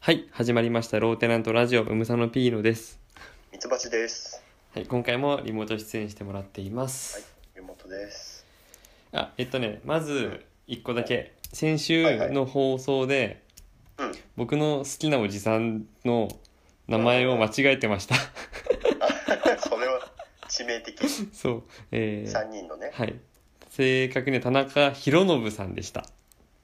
はい、始まりました。ローテナントラジオ、うむさのピーノです。ミツバチです。はい、今回もリモート出演してもらっています。湯本です。あ、えっとね、まず一個だけ、先はいは週いの放送で、うん。僕の好きなおじさんの名前を間違えてました。 それは致命的。そう、えー三人のね。はい。正確には田中博信さんでした。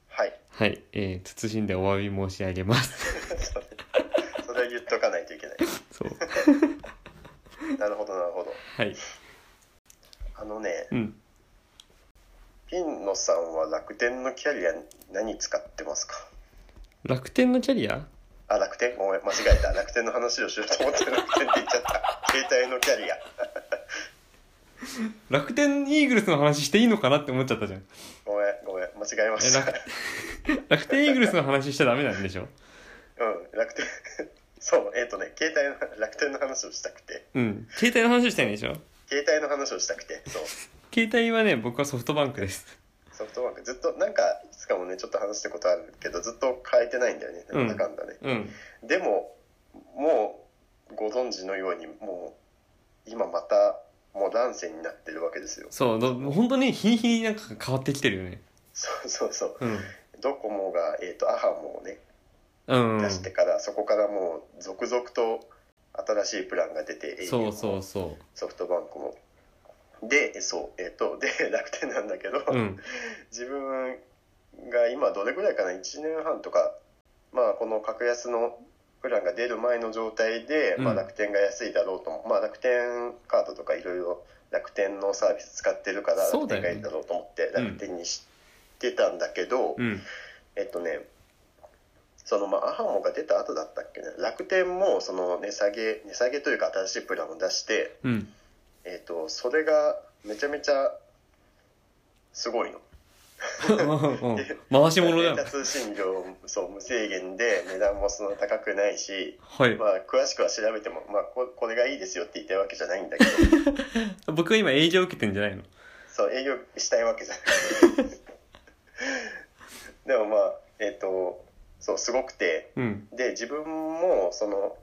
はい。はい、えー、慎んでお詫び申し上げます。 それ それは言っとかないといけない。そう、なるほどなるほど。はい、あのね、うん。ピンノさんは楽天のキャリア何使ってますか。楽天のキャリアあ、楽天ごめん間違えた。楽天の話をしようと思って楽天って言っちゃった。携帯のキャリア。楽天イーグルスの話していいのかなって思っちゃったじゃん。ごめんごめん間違えまえした。楽楽天イーグルスの話しちゃダメなんでしょ うん楽天。 そうえっ、とね携帯の楽天の話をしたくて、うん携帯の話してんでしょ携帯の話をしたくて、そう。携帯はね僕はソフトバンクですソフトバンクずっとなんかいつかもねちょっと話したことあるけどずっと変えてないんだよねうんなんだかんだね、うんでももうご存知のようにもう今またもう乱世になってるわけですよそうどもう本当に日に日になんか変わってきてるよねそう そうそううんドコモが、えー、とアハモをねうん出してから、そこからもう続々と新しいプランが出てそうそ au うもそソフトバンクもでそうえっ、とで楽天なんだけど、ううん自分が今どれぐらいかな1年半とか、まあ、この格安のプランが出る前の状態で、うんまあ、楽天が安いだろうと思まあ、楽天カードとかいろいろ楽天のサービス使ってるからそう楽だよね天がいいだろうと思ってうん楽天にしてたんだけど、うんえっとねそのまあアハモが出た後だったっけね楽天もその値下げ値下げというか新しいプランを出して、うんえっと、それがめちゃめちゃすごいうの。ん回し物だよデータ通信料そう無制限で値段もそんな高くないし、はいまあ、詳 しくは調べても、まあ、ここれがいいですよって言いたいわけじゃないんだけど 僕は今営業受けてんじゃないのそう営業したいわけじゃない でもまあえっ、とそうすごくてうんで自分もその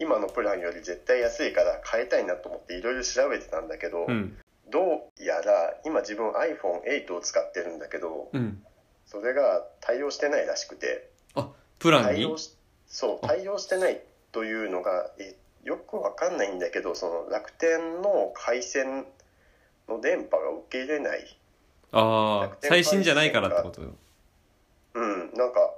今のプランより絶対安いから変えたいなと思っていろいろ調べてたんだけど、うんどうやら今自分 iPhone8 を使ってるんだけどうんそれが対応してないらしくて。プラン対に応しそあう対応してないというのがえよくわかんないんだけどその楽天の回線の電波が受け入れない、ああ楽天最新じゃないからってことうん、なんか、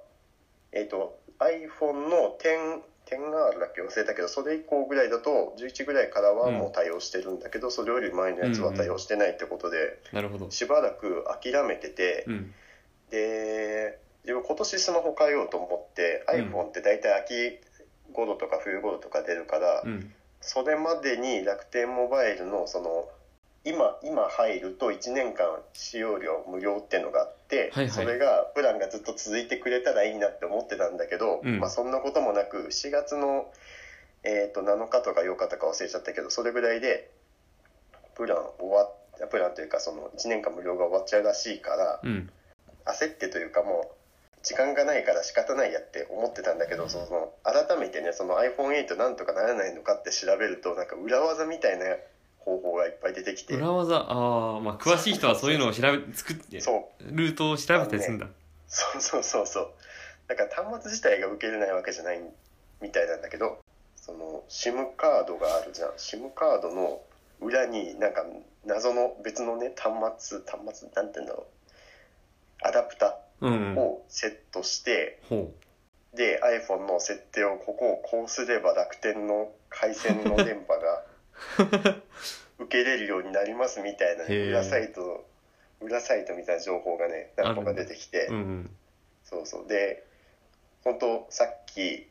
えっと iPhone の 10, 10R だっけ忘れたけどそれ以降ぐらいだと11ぐらいからはもう対応してるんだけど、それより前のやつは対応してないってことで、なるほどしばらく諦めてて、うんで自分今年スマホ変えようと思って、うん iPhone って大体秋頃とか冬頃とか出るから、うんそれまでに楽天モバイルのその今今入ると1年間使用料無料ってのがあって、はいはいそれがプランがずっと続いてくれたらいいなって思ってたんだけど、うんまあ、そんなこともなく4月の、えー、と7日とか8日とか忘れちゃったけどそれぐらいでプラン終わプランというかその1年間無料が終わっちゃうらしいからうん焦ってというかもう時間がないから仕方ないやって思ってたんだけどその改めてねその iPhone8 なんとかならないのかって調べるとなんか裏技みたいな方法がいっぱい出てきて裏技ああまあ詳しい人はそういうのを調べ作ってそうルートを調べたりするんだそうそうそうそうだから端末自体が受け入れないわけじゃないみたいなんだけどその SIM カードがあるじゃん SIM カードの裏になんか謎の別のね端末端末なんて言うんだろうアダプタうんうんをセットして、ほで iPhone の設定をここをこうすれば楽天の回線の電波が 受け入れるようになりますみたいなね、へー裏サイト裏サイトみたいな情報がね何個か出てきて、ううんうんそうそうで本当さっき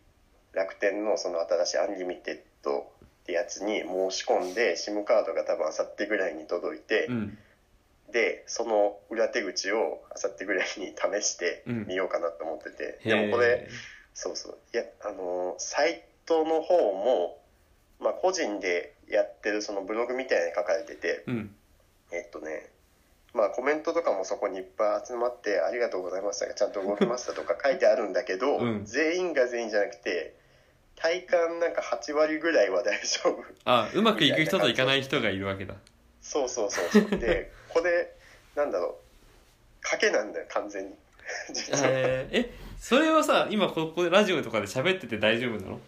楽天のその新しいアンリミテッドってやつに申し込んで SIM カードが多分あさってぐらいに届いて、うんでその裏手口をあさってぐらいに試してみようかなと思ってて、でもこれへそうそういやあのーサイトの方も、まあ、個人でやってるそのブログみたいに書かれててーうんえっとねまあコメントとかもそこにいっぱい集まって「ありがとうございました」がちゃんと動きましたとか 書いてあるんだけど、うん全員が全員じゃなくて体感なんか8割ぐらいは大丈夫 あうまくいく人といかない人がいるわけだそうそうそう そうでこれなんだろう賭けなんだよ完全に 実は、えーえそれはさ今ここでラジオとかで喋ってて大丈夫なの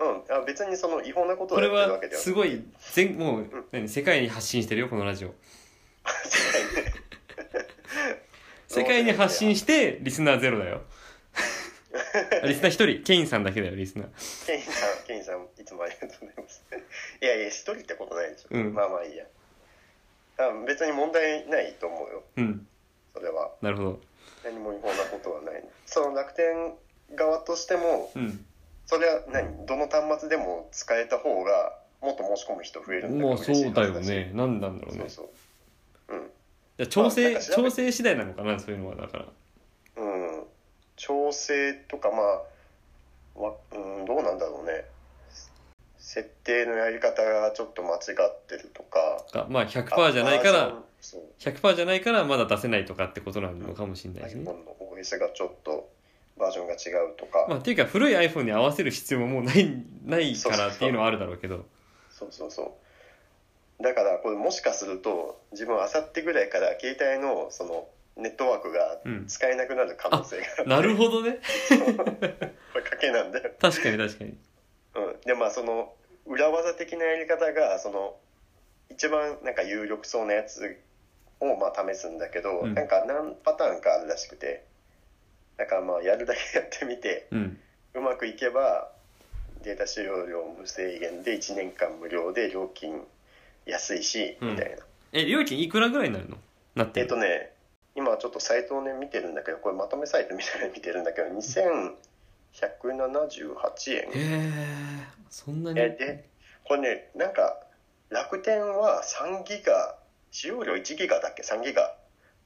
うんあ別にその違法なことこをれやってるわはけではすないごい全もううん何世界に発信してるよこのラジオ確かにね 世界に発信してリスナーゼロだよあリスナー一人ケインさんだけだよリスナーケインさんケインさんいつもありがとうございますいやいや一人ってことないでしょ、うんまあまあいいやあ別に問題ないと思うようんそれはなるほど何も違法なことはないその楽天側としてもうんそれは何どの端末でも使えた方がもっと申し込む人増えるんだまあから嬉しいそうだよはずしね何なんだろうねそうそううんじゃあ調まあ整なんか調べ調整次第なのかなそういうのはだからうん、調整とかまあわ、うん、どうなんだろうね設定のやり方がちょっと間違ってるとかかまあ100%じゃないかあらそう100%じゃないからまだ出せないとかってことなのかもしれないし iPhone ね、の OS がちょっとバージョンが違うとか、まあ、っていうか古い iPhone に合わせる必要ももう ないないからっていうのはあるだろうけどそうそうそうだからこれもしかすると自分あさってぐらいから携帯のそのネットワークがうん使えなくなる可能性がある、なるほどねこれ賭けなんだよ確かに確かにうん、でまあその裏技的なやり方がその一番なんか有力そうなやつをまあ試すんだけど、うんなんか何パターンかあるらしくてだからまあやるだけやってみてうんうまくいけばデータ使用料無制限で1年間無料で料金安いしうんみたいな、え料金いくらぐらいになるのなってえっるとね今ちょっとサイトをね見てるんだけどこれまとめサイトみたいなの見てるんだけど2178円へえそんなにえでこれねなんか楽天は3ギガ使用量1ギガだっけ3ギガ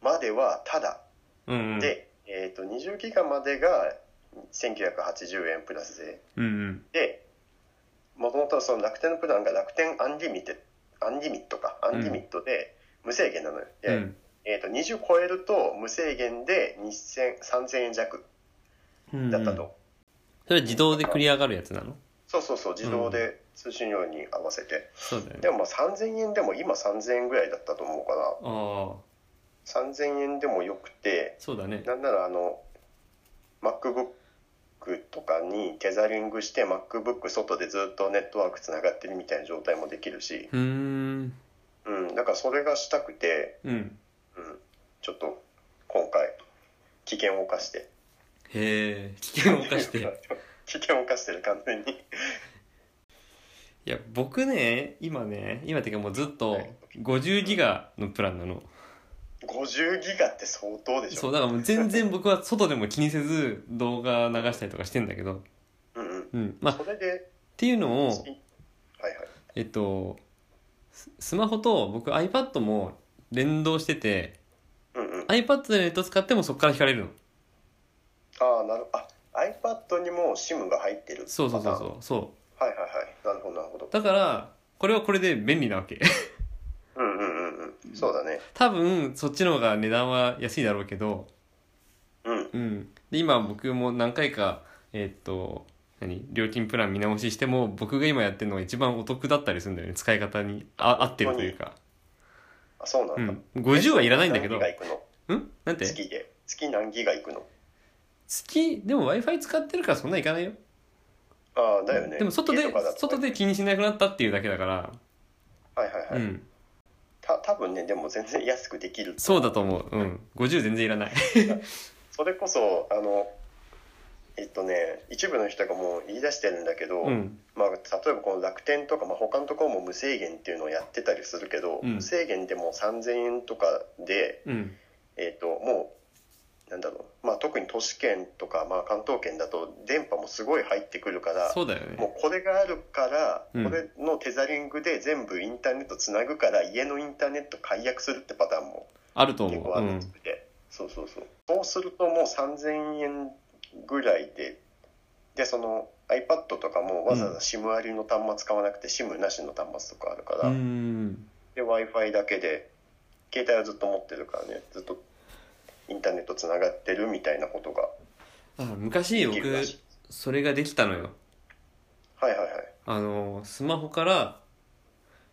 まではただうんうんで、えー、と20ギガまでが1980円プラス税うんうんでもともとその楽天のプランが楽天アンリミテアンリミットかアンリミットで無制限なのよ、うでんえー、と20超えると無制限で2000 3000円弱うんだったと、うんそれは自動で繰り上がるやつなのそうそうそう自動で通信料に合わせて、そうだよねでもまあ3000円でも今3000円ぐらいだったと思うからああ3000円でもよくてそうだねなんならあの MacBook とかにテザリングして MacBook 外でずっとネットワークつながってるみたいな状態もできるし、うーんうん、だからそれがしたくて、うんうん、ちょっと今回危険を冒してへえ危険を冒して 危険を冒してる完全にいや僕ね今ね今っていうかもうずっと50ギガのプランなの50ギガって相当でしそょうだからもう全然僕は外でも気にせず動画流したりとかしてんだけどう、んうんうんまあっそれでていうのをはいはいえっとススマホと僕 iPad も連動しててうんうん iPad でネット使ってもそこから引かれるのああなるあ iPad にも SIM が入ってるそうそうそうパそうそターンはいはいはいなるほどなるほどうだからこれはこれで便利なわけ うんうんうんうんそうだね多分そっちの方が値段は安いだろうけどうんうんで今僕も何回かえっと何料金プラン見直ししても僕が今やってるのが一番お得だったりするんだよね使い方にあ合ってるというか、あそうなんうだ、ん、50はいらないんだけど何ギガいくのうんなんて月で月何ギガいくの月でも w i f i 使ってるからそんないかないよ、ああだよねでも外で家とかだと外で気にしなくなったっていうだけだから、はいはいはい、うんた多分ねでも全然安くできるそうだと思ううん50全然いらないそれこそあのえっとね一部の人がもう言い出してるんだけど、うんまあ、例えばこの楽天とか、まあ、他のところも無制限っていうのをやってたりするけど、うん無制限でも3000円とかでうんえー、ともうなんだろう、まあ、特に都市圏とか、まあ、関東圏だと電波もすごい入ってくるからそうだよねもうこれがあるから、うんこれのテザリングで全部インターネットつなぐから家のインターネット解約するってパターンもあると思結構あう、うるんらし、くて、そうそうそうそうするともう3000円ぐらいででその iPad とかもわざわざ SIM ありの端末買わなくて SIM、なしの端末とかあるかうら、んで w i f i だけで携帯はずっと持ってるからねずっとインターネットつながってるみたいなことがあ昔できるら僕しいそれができたのよはいはいはいあのスマホから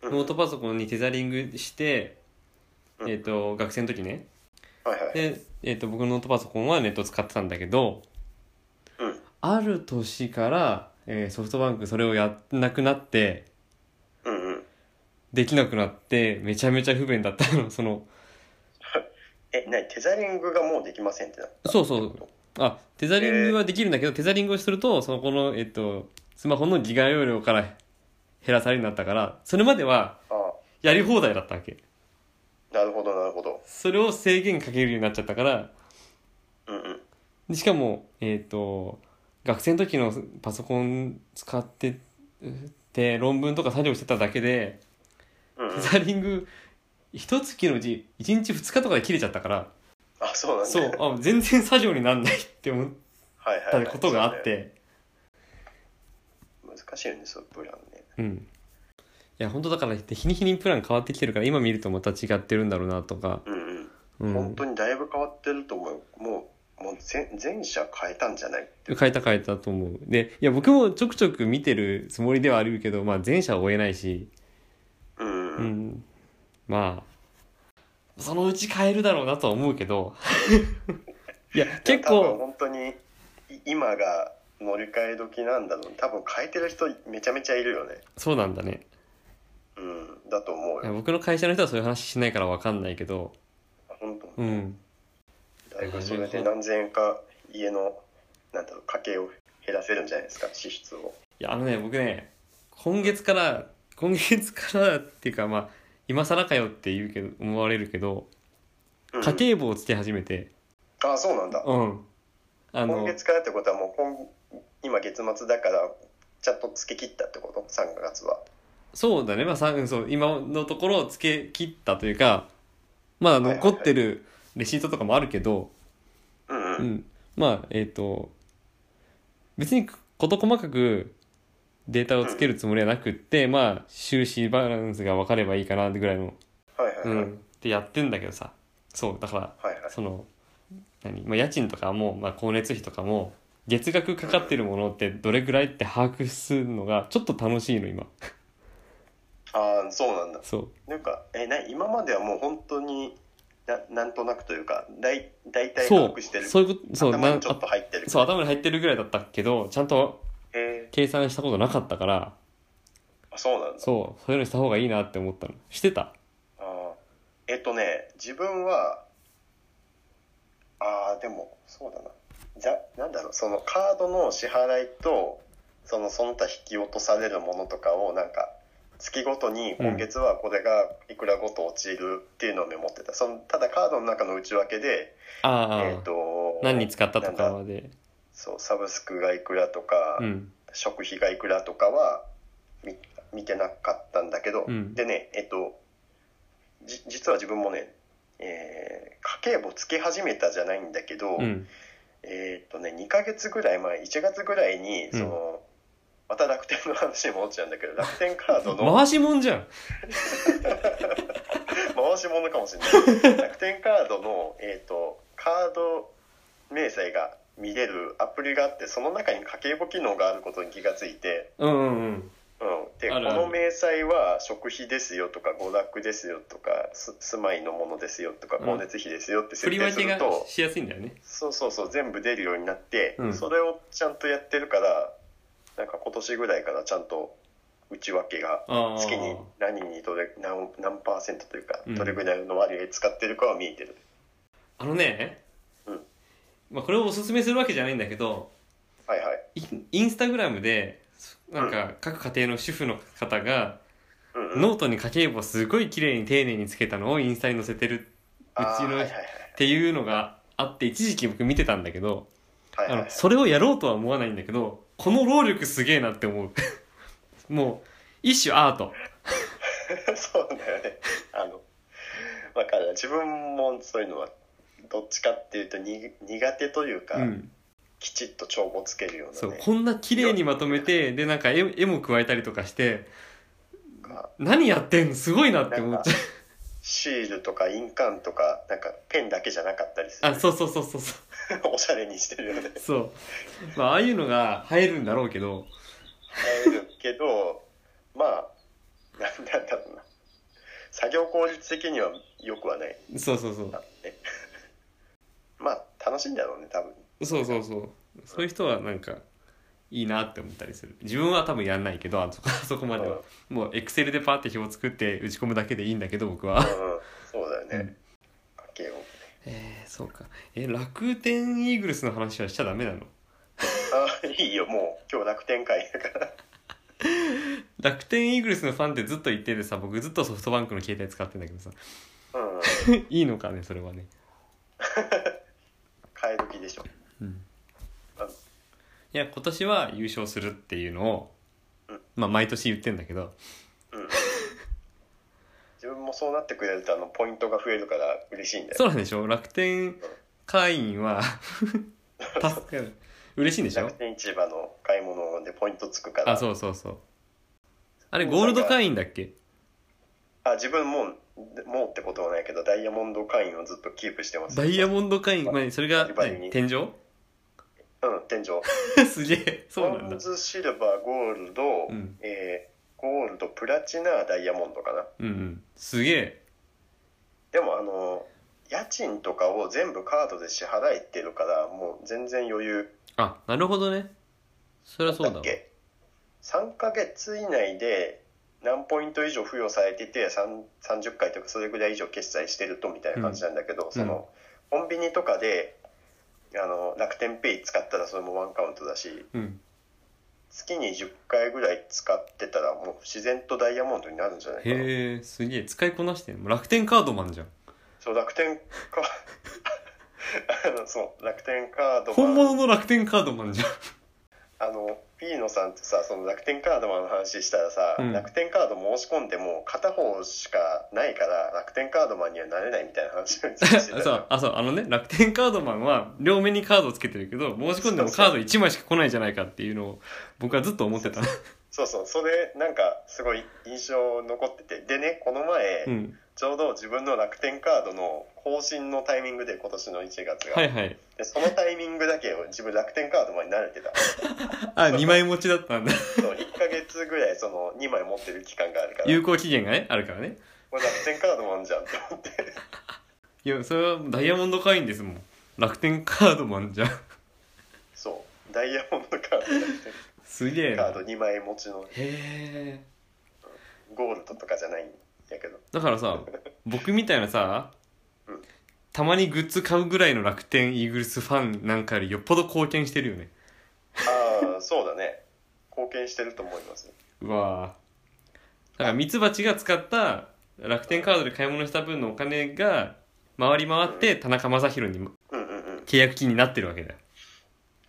うんノートパソコンにテザリングして、うんえっ、と学生の時ねはいはいで、えっと僕のノートパソコンはネット使ってたんだけどうんある年から、えーソフトバンクそれをやんなくなってうんうんできなくなってめちゃめちゃ不便だったの そのえ何テザリングがもうできませんってなったそうそうあテザリングはできるんだけど、テザリングをするとそのこの、えっとスマホのギガ容量から減らされるようになったからそれまではあやり放題だったわけあなるほどなるほどそれを制限かけるようになっちゃったからう んうんでしかもえっ、と学生の時のパソコン使ってて論文とか作業してただけでうんうんテザリング一月のうち1日2日とかで切れちゃったからあそうなんだそうあ全然作業になんないって思っはいはいたはいことがあってそうね難しいよねそういうプランねうんいや本当だから日に日にプラン変わってきてるから今見るとまた違ってるんだろうなとか、うんう、うんん本当にだいぶ変わってると思うもうもう全全社変えたんじゃない変えた変えたと思うでいや僕もちょくちょく見てるつもりではあるけど、まあ、前者は追えないし、うんううんうんん、まあそのうち変えるだろうなとは思うけどいや結多分構本当にい今が乗り換え時なんだろう多分変えてる人めちゃめちゃいるよねそうなんだねうんだと思ういやよ僕の会社の人はそういう話しないから分かんないけど本当にうんだいぶそれで何千円か家のなんだろう家計を減らせるんじゃないですか支出をいやあのね僕ね今月から今月からっていうかまあ今更かよって言うけど思われるけどうん家計簿をつけ始めてあそうなんだうんあ今の月からってことはもう今今月末だからちゃんとつけ切ったってこと3月はそうだねまあさうんそう今のところをつけ切ったというかまあいはい残ってるレシートとかもあるけどうんうん、うんまあえっ、と別に事細かくデータをつけるつもりはなくってまあ収支バランスが分かればいいかなってぐらいのはいはいはうい、ん、ってやってんだけどさそうだからはいはいその何、まあ、家賃とかも、まあ、光熱費とかも月額かかってるものってどれぐらいって把握するのがちょっと楽しいの今ああそうなんだそうなんかえな今まではもう本当にななんとなくというかだい大体把そ握してうるそういうことそう頭なにんちょっとあ入ってるそう頭に入ってるぐらいだったけどちゃんとへえ計算したことなかったからあそうなんだそうそういうのした方がいいなって思ったのしてたあーえっとね自分はああでもそうだなじゃなんだろうそのカードの支払いとそのその他引き落とされるものとかをなんか月ごとに今月はこれがいくらごと落ちるっていうのをメモってたそのただカードの中の内訳で、ああ、えっと何に使ったとかなんだまでそうサブスクがいくらとか、うん食費がいくらとかは見見てなかったんだけど、うんでねえっとじ実は自分もね、えー家計簿つけ始めたじゃないんだけど、うんえーっとね2ヶ月ぐらい前1月ぐらいにうんその、また楽天の話に戻っちゃうんだけ ど楽天カードの回しもんじゃん回し物かもしれ ない楽天カードの、えーっとカード明細が見れるアプリがあってその中に家計簿機能があることに気がついて、うんうんうんうん、であるあるこの明細は食費ですよとか娯楽ですよとかす住まいのものですよとうかん光熱費ですよって設振り定分すけるがと、しやすいんだよねそうそうそう全部出るようになって、うんそれをちゃんとやってるからなんか今年ぐらいからちゃんと内訳がああ月に何にどれ何何パーセントというかうんどれぐらいの割合使ってるかは見えてる、あのね、うんまあ、これをおすすめするわけじゃないんだけどはいはいインインスタグラムでなんか各家庭の主婦の方がうんうんノートに家計簿すごい綺麗に丁寧につけたのをインスタに載せてるうあちーのはっいはいていうのがあって一時期僕見てたんだけどはあいはいはいのそれをやろうとは思わないんだけどこの労力すげえなって思う もう一種アート そうだよね。あの、わかる。自分もそういうのは、どっちかっていうとに苦手というか、うんきちっと帳簿つけるようそなうね。こんな綺麗にまとめてでなんか絵絵も加えたりとかしてなんか何やってんのすごいなって思っちゃうシールとか印鑑とかなんかペンだけじゃなかったりするあそうそうそうそうそう おしゃれにしてるよねそうまあああいうのが入るんだろうけど入るけどまあなんなんだろうな作業効率的には良くはないそうそうそうなね まあ楽しいんだろうね多分そうそうそうそういう人はなんかいいなって思ったりする自分は多分やんないけどあそこあそこまではもうエクセルでパーって表作って打ち込むだけでいいんだけど僕はうん、そうだよね、家計をえー、そうかえ楽天イーグルスの話はしちゃダメなのあ いいよもう今日楽天会だから楽天イーグルスのファンってずっと言っててさ僕ずっとソフトバンクの携帯使ってんだけどさ うんいいのかねそれはね買い時でしょうんあいや今年は優勝するっていうのをうんまあ毎年言ってんだけどうん自分もそうなってくれるとあのポイントが増えるから嬉しいんだよそうなんでしょ楽天会員は 助かる嬉しいんでしょ楽天市場の買い物でポイントつくからあそうそうそうあれゴールド会員だっけあ自分もうもうってことはないけどダイヤモンド会員をずっとキープしてますダイヤモンモンド会員、まあ、それがバリバリ何に天井 ドうん天井すげえそうなんブロだンズシルバーゴールド、うんえーゴールドプラチナダイヤモンドかなうんうんすげえでもあの家賃とかを全部カードで支払いってるからもう全然余裕あなるほどねそりゃそうだだっわけ3ヶ月以内で何ポイント以上付与されてて3 30回とかそれぐらい以上決済してるとみたいな感じなんだけど、そのコンビニとかであの楽天ペイ使ったらそれもワンカウントだしうん月に10回ぐらい使ってたらもう自然とダイヤモンドになるんじゃないかなへえすげえ使いこなしてんもう楽天カードマンじゃんそう楽天カ あのそう楽天カードマン本物の楽天カードマンじゃ んあのピーノさんとさその楽天カードマンの話したらさ、うん楽天カード申し込んでも片方しかないから楽天カードマンにはなれないみたいな話をしてたじゃ んそうあそうあのね楽天カードマンは両面にカードをつけてるけど申し込んでもカード1枚しか来ないじゃないかっていうのを僕はずっと思ってたそうそうそれなんかすごい印象残っててでねこの前、うんちょうど自分の楽天カードの更新のタイミングで今年の1月が、はいはいでそのタイミングだけ自分楽天カードマンになれ てたあ2枚持ちだ ったんだそう1ヶ月ぐらいその2枚持ってる期間があるから有効期限がねあるからねこれ楽天カードマンじゃんって思っていやそれはダイヤモンド会員ですもん楽天カードマンじゃんそうダイヤモンドカード楽天すげえカなード2枚持ちのへえゴールドとかじゃないんやけどだからさ僕みたいなさうんたまにグッズ買うぐらいの楽天イーグルスファンなんかよりよっぽど貢献してるよね ああそうだね貢献してると思いますうわーだからミツバチが使った楽天カードで買い物した分のお金が回り回って田中将大にうんうんうんはい契約金になってるわけだよ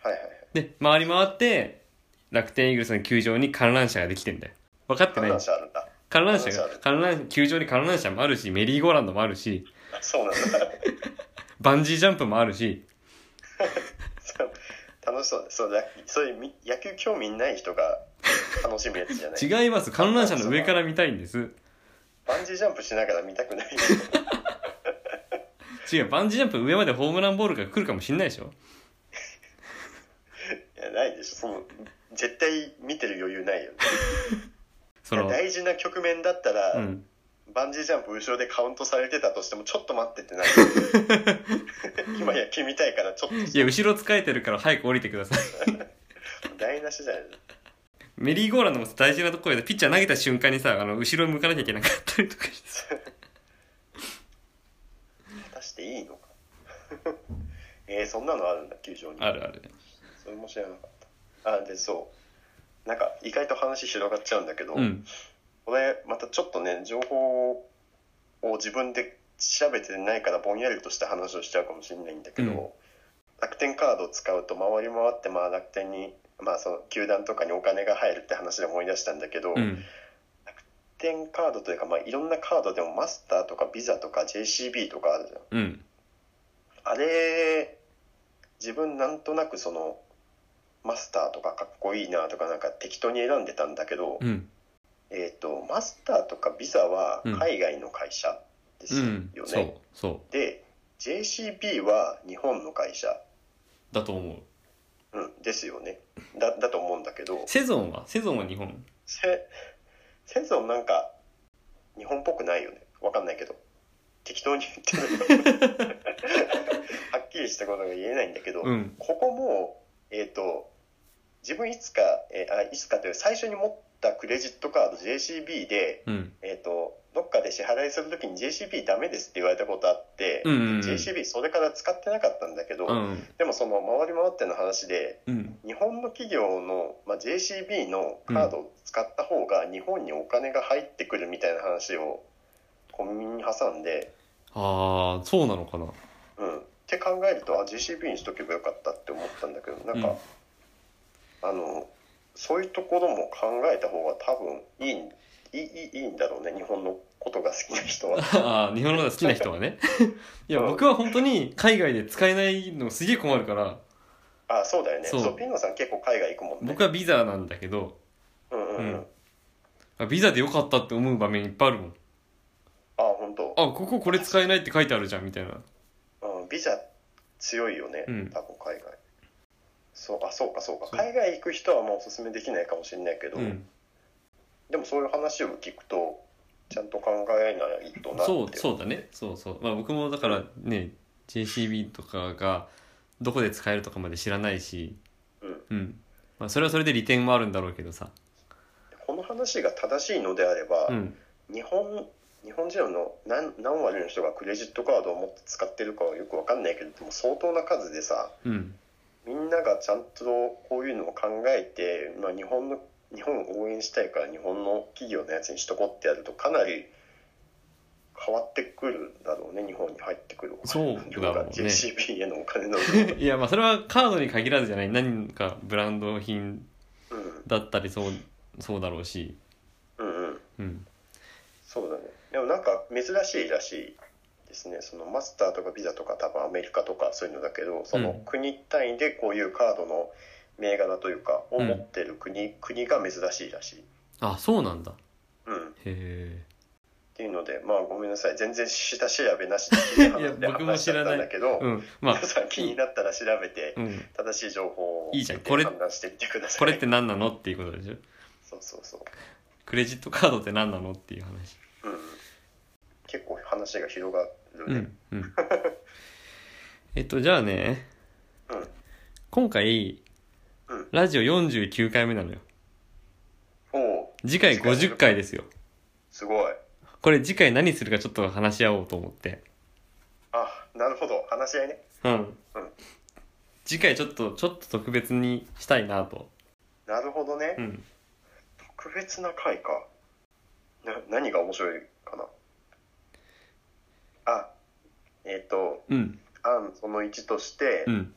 はいはいで回り回って楽天イーグルスの球場に観覧車ができてんだよ分かってない話あるんだ観覧車観が覧車観覧球場に観覧車もあるしメリーゴーランドもあるしあそうなんだ バンジージャンプもあるしそう楽しそうだそうだそういうみ野球興味ない人が楽しむやつじゃない違います観覧車の上から見たいんですバンジージャンプしながら見たくない 違うバンジージャンプ上までホームランボールが来るかもしんないでしょいやないでしょその絶対見てる余裕ないよねその大事な局面だったら、うんバンジージャンプ後ろでカウントされてたとしてもちょっと待ってってなる 今野球見たいからちょっいや後ろ疲れてるから早く降りてください と台無しじゃないメリーゴーランドも大事なところでピッチャー投げた瞬間にさあの後ろ向かなきゃいけなかったりとか してさ果たしていいのか えー、そんなのあるんだ球場にあるあるそれも知らなかったあでそうなんか意外と話広がっちゃうんだけど、うんこれまたちょっとね情報を自分で調べてないからぼんやりとした話をしちゃうかもしれないんだけど、うん楽天カードを使うと回り回ってまあ楽天に、まあ、その球団とかにお金が入るって話で思い出したんだけど、う楽ん天カードというか、まあ、いろんなカードでもマスターとかビザとか JCB とかあるじゃん。うんあれ自分なんとなくそのマスターとかかっこいいなとかなんか適当に選んでたんだけど、うんえー、とマスターとかビザはうん海外の会社ですうよん、ね。そうそうで JCB は日本の会社、だと思ううん、ですよねだだと思うんだけどセゾンはセゾンは日本せセゾンなんか日本っぽくないよねわかんないけど適当に言ってる はっきりしたことが言えないんだけど、うんここもえっ、と自分いつか、えーあいつかという最初に持ったクレジットカード JCB で、うんえー、とどっかで支払いするときに JCB ダメですって言われたことあって、うんうんうん JCB それから使ってなかったんだけど、うんでもその回り回っての話でうん日本の企業の、まあ、JCB のカードを使った方が日本にお金が入ってくるみたいな話を小耳に挟んで、ああそうなのかな。うん、って考えるとあ JCB にしとけばよかったって思ったんだけどなんか、あのそういうところも考えた方が多分いいんいいいいいいんだろうね日本のことが好きな人は ああ日本の方が好きな人は ねいやうん僕は本当に海外で使えないのすげえ困るからあそうだよねそそううピノさん結構海外行くもんね。僕はビザなんだけどうんうんうんうんあビザでよかったって思う場面いっぱいあるもんあ本当あこここれ使えないって書いてあるじゃんみたいなうん、ビザ強いよね、うん多分海外そうあそうかそうかそう海外行く人はもうおすすめできないかもしれないけど、うんでもそういう話を聞くとちゃんと考えないとなってそうそうだねそうそうまあ僕もだからね JCB とかがどこで使えるとかまで知らないしうんまあ、それはそれで利点もあるんだろうけどさこの話が正しいのであれば、うん日本日本人の何何割の人がクレジットカードを持って使ってるかはよくわかんないけどでも相当な数でさうんみんながちゃんとこういうのを考えて、まあ、日本の日本を応援したいから日本の企業のやつにしとこうってやるとかなり変わってくるんだろうね日本に入ってくるお金の量そうだろがう ね JCB へのお金の量がいやまあそれはカードに限らずじゃない何かブランド品うんだったりそうそうだろうし、うんうんうん、そうだねでもなんか珍しいらしいですねそのマスターとかビザとか多分アメリカとかそういうのだけどそのうん国単位でこういうカードの銘柄というかをうん持ってる国、国が珍しいらしい。あそうなんだうんへっていうので、まあごめんなさい、全然下調べなしで聞いた話いや僕も知らない話だったんだけど、えうんまあ皆さん気になったら調べて、うん、正しい情報をいいじゃんこれ判断してみてください。これって何なのっていうことでしょそうそうそう。クレジットカードって何なのっていう話うん。結構話が広がるうね。んうん えっとじゃあねうん。今回うんラジオ49回目なのよおお次回50回ですよすごい。これ次回何するかちょっと話し合おうと思ってあ、なるほど。話し合いね。うんうん次回ちょっとちょっと特別にしたいなとなるほどね。うん特別な回か。な、何が面白いかな。あ、えっ、と、うん案その1として、うん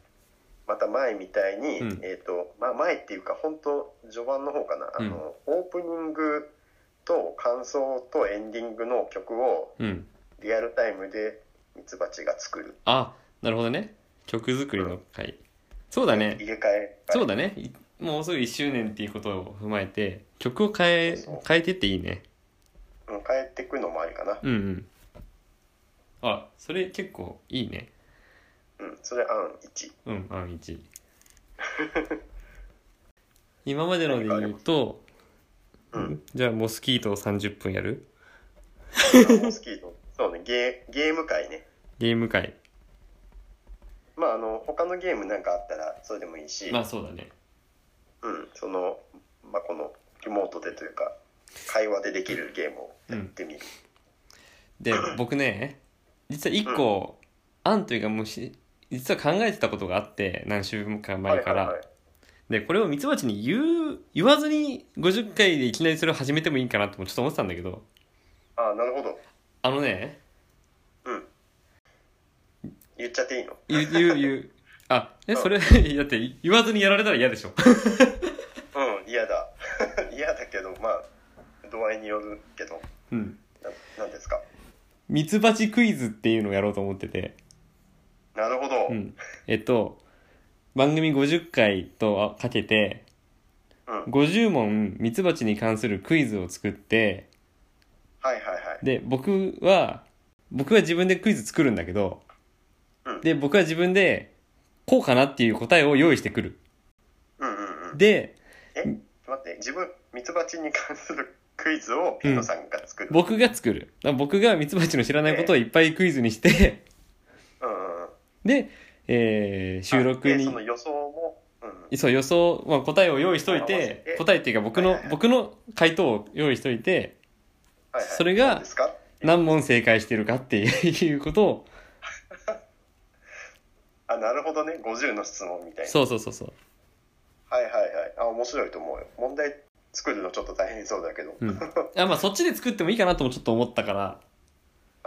また前みたいに、うんえっ、と、まあ、前っていうか本当序盤の方かな、うんあのオープニングと感想とエンディングの曲をうんリアルタイムでミツバチが作るあなるほどね曲作りの回そうだね入れ替えそうだだねいもうすぐ1周年っていうことを踏まえて曲を変えそう変えてっていいね変えていくのもありかなうんうんあそれ結構いいねうんそれ案1 うん、あん1 今までので言うと、うんじゃあモスキートを30分やるモスキートそうねゲーゲーム会ねゲーム会まああの他のゲームなんかあったらそれでもいいし、まあそうだねうんそのまあこのリモートでというか会話でできるゲームをやってみる、で僕ね実は1個、案というかもうし実は考えてたことがあって何週間前から、はいはいはいでこれをミツバチに言う言わずに50回でいきなりそれを始めてもいいかなともちょっと思ってたんだけどああなるほどあのねうん。言っちゃっていいの言う言う言うあえうんそれ だって言わずにやられたら嫌でしょうん、嫌だ。 嫌だけど、まあ、度合いによるけど、うんななんですか。ミツバチクイズっていうのをやろうと思ってて、なるほど。ううん。ん、えっと番組50回とあかけてはい50問ミツバチに関するクイズを作ってはいはい。で僕は僕は自分でクイズ作るんだけどうん、で、僕は自分で、こうかなっていう答えを用意してくる。うんうんうん。で、え、ちょっと待って、自分、ミツバチに関するクイズをピントさんが作る。僕が作る。だから僕がミツバチの知らないことをいっぱいクイズにして、うんうんうん。で、えー収録でにその予想も、うんうん。そう予想、まあ、答えを用意しとい合わせてて答えっていうか僕の、はいはいはい僕の回答を用意しといてはいはい、それがどうですか何問正解してるかっていうことをあ、なるほどね。50の質問みたいな。そうそうそうそうはいはいはい。あ、面白いと思うよ。問題作るのちょっと大変そうだけど。 うんはいあまあそっちで作ってもいいかなともちょっと思ったからは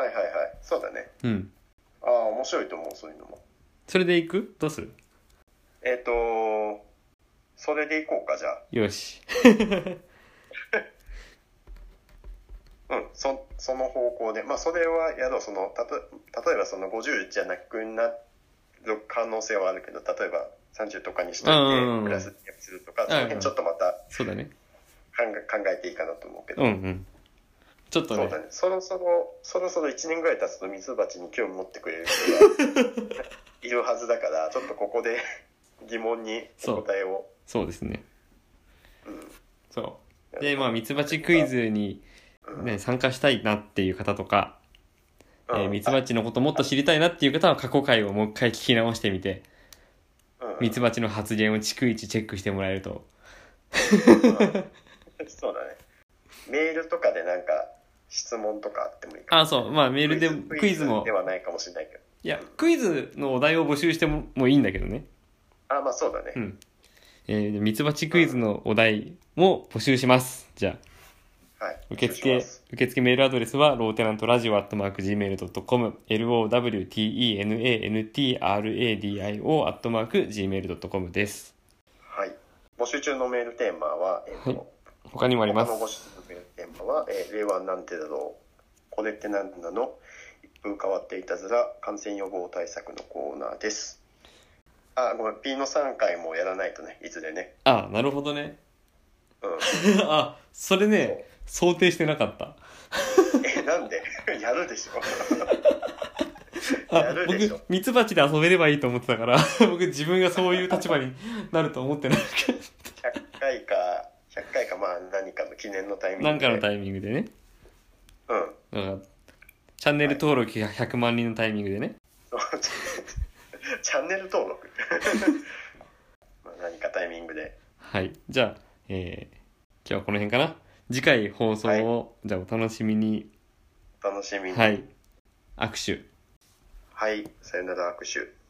いはい。そうだね。うんあ、面白いと思う、そういうのも。それでいくどうするえっ、と、それでいこうか、じゃよしあ。うん、そその方向で。まあ、それは、やろう、その、たと例えばその50じゃなくなる可能性はあるけど、例えば30とかにしとうんうんいうんて、プラスにするとか、んその辺ちょっとまたそうだね考え考えていいかなと思うけど。うんうんちょっとそうねだね。そろそろ、そろそろ1年ぐらい経つとミツバチに興味持ってくれる 人がいるはずだから、ちょっとここで 疑問にお答えを。そうですねうんそうでまあミツバチクイズに、うんね、参加したいなっていう方とか、えうーんミツバチのこともっと知りたいなっていう方は過去回をもう一回聞き直してみてうんミツバチの発言を逐一チェックしてもらえるとうんそうだね。メールとかでなんか質問とかあってもいいかな。あそうまあメールでクイズもではないかもしれないけど。いやクイズのお題を募集してももういいんだけどねあ、まあそうだね。うんえーミツバチクイズのお題も募集しますじゃあはい。受お願い付します受付メールアドレスはローテナントラジオアットマーク Gmail.com lowtenantradio アットマーク Gmail.com ですはい。募集中のメールテーマは、えっ、と、他にもありま他すのご主人のメールテーマは、えー令和なんてだろう、これってなんだの、一風変わっていたずら、感染予防対策のコーナーです。あ、ごめん、P の3回もやらないとね、いずれね。あなるほどねう あそれね想定してなかったん。 え、なんで やるでしょ。やあるでしょ僕ミツバチで遊べればいいと思ってたから 僕自分がそういう立場になると思 ってなかっ100回か、100回か、まあ何かの記念のタイミたングなんかのイタイミングでねミング。うん。 だからチャンネル登録が100万人のタイミングでねそうチャンネル登録 まあ何かタイミングで。はい。じゃあ、えー今日はこの辺かな。次回放送を、じゃあお楽しみに。お楽しみに。はい。握手。はい、さよなら握手。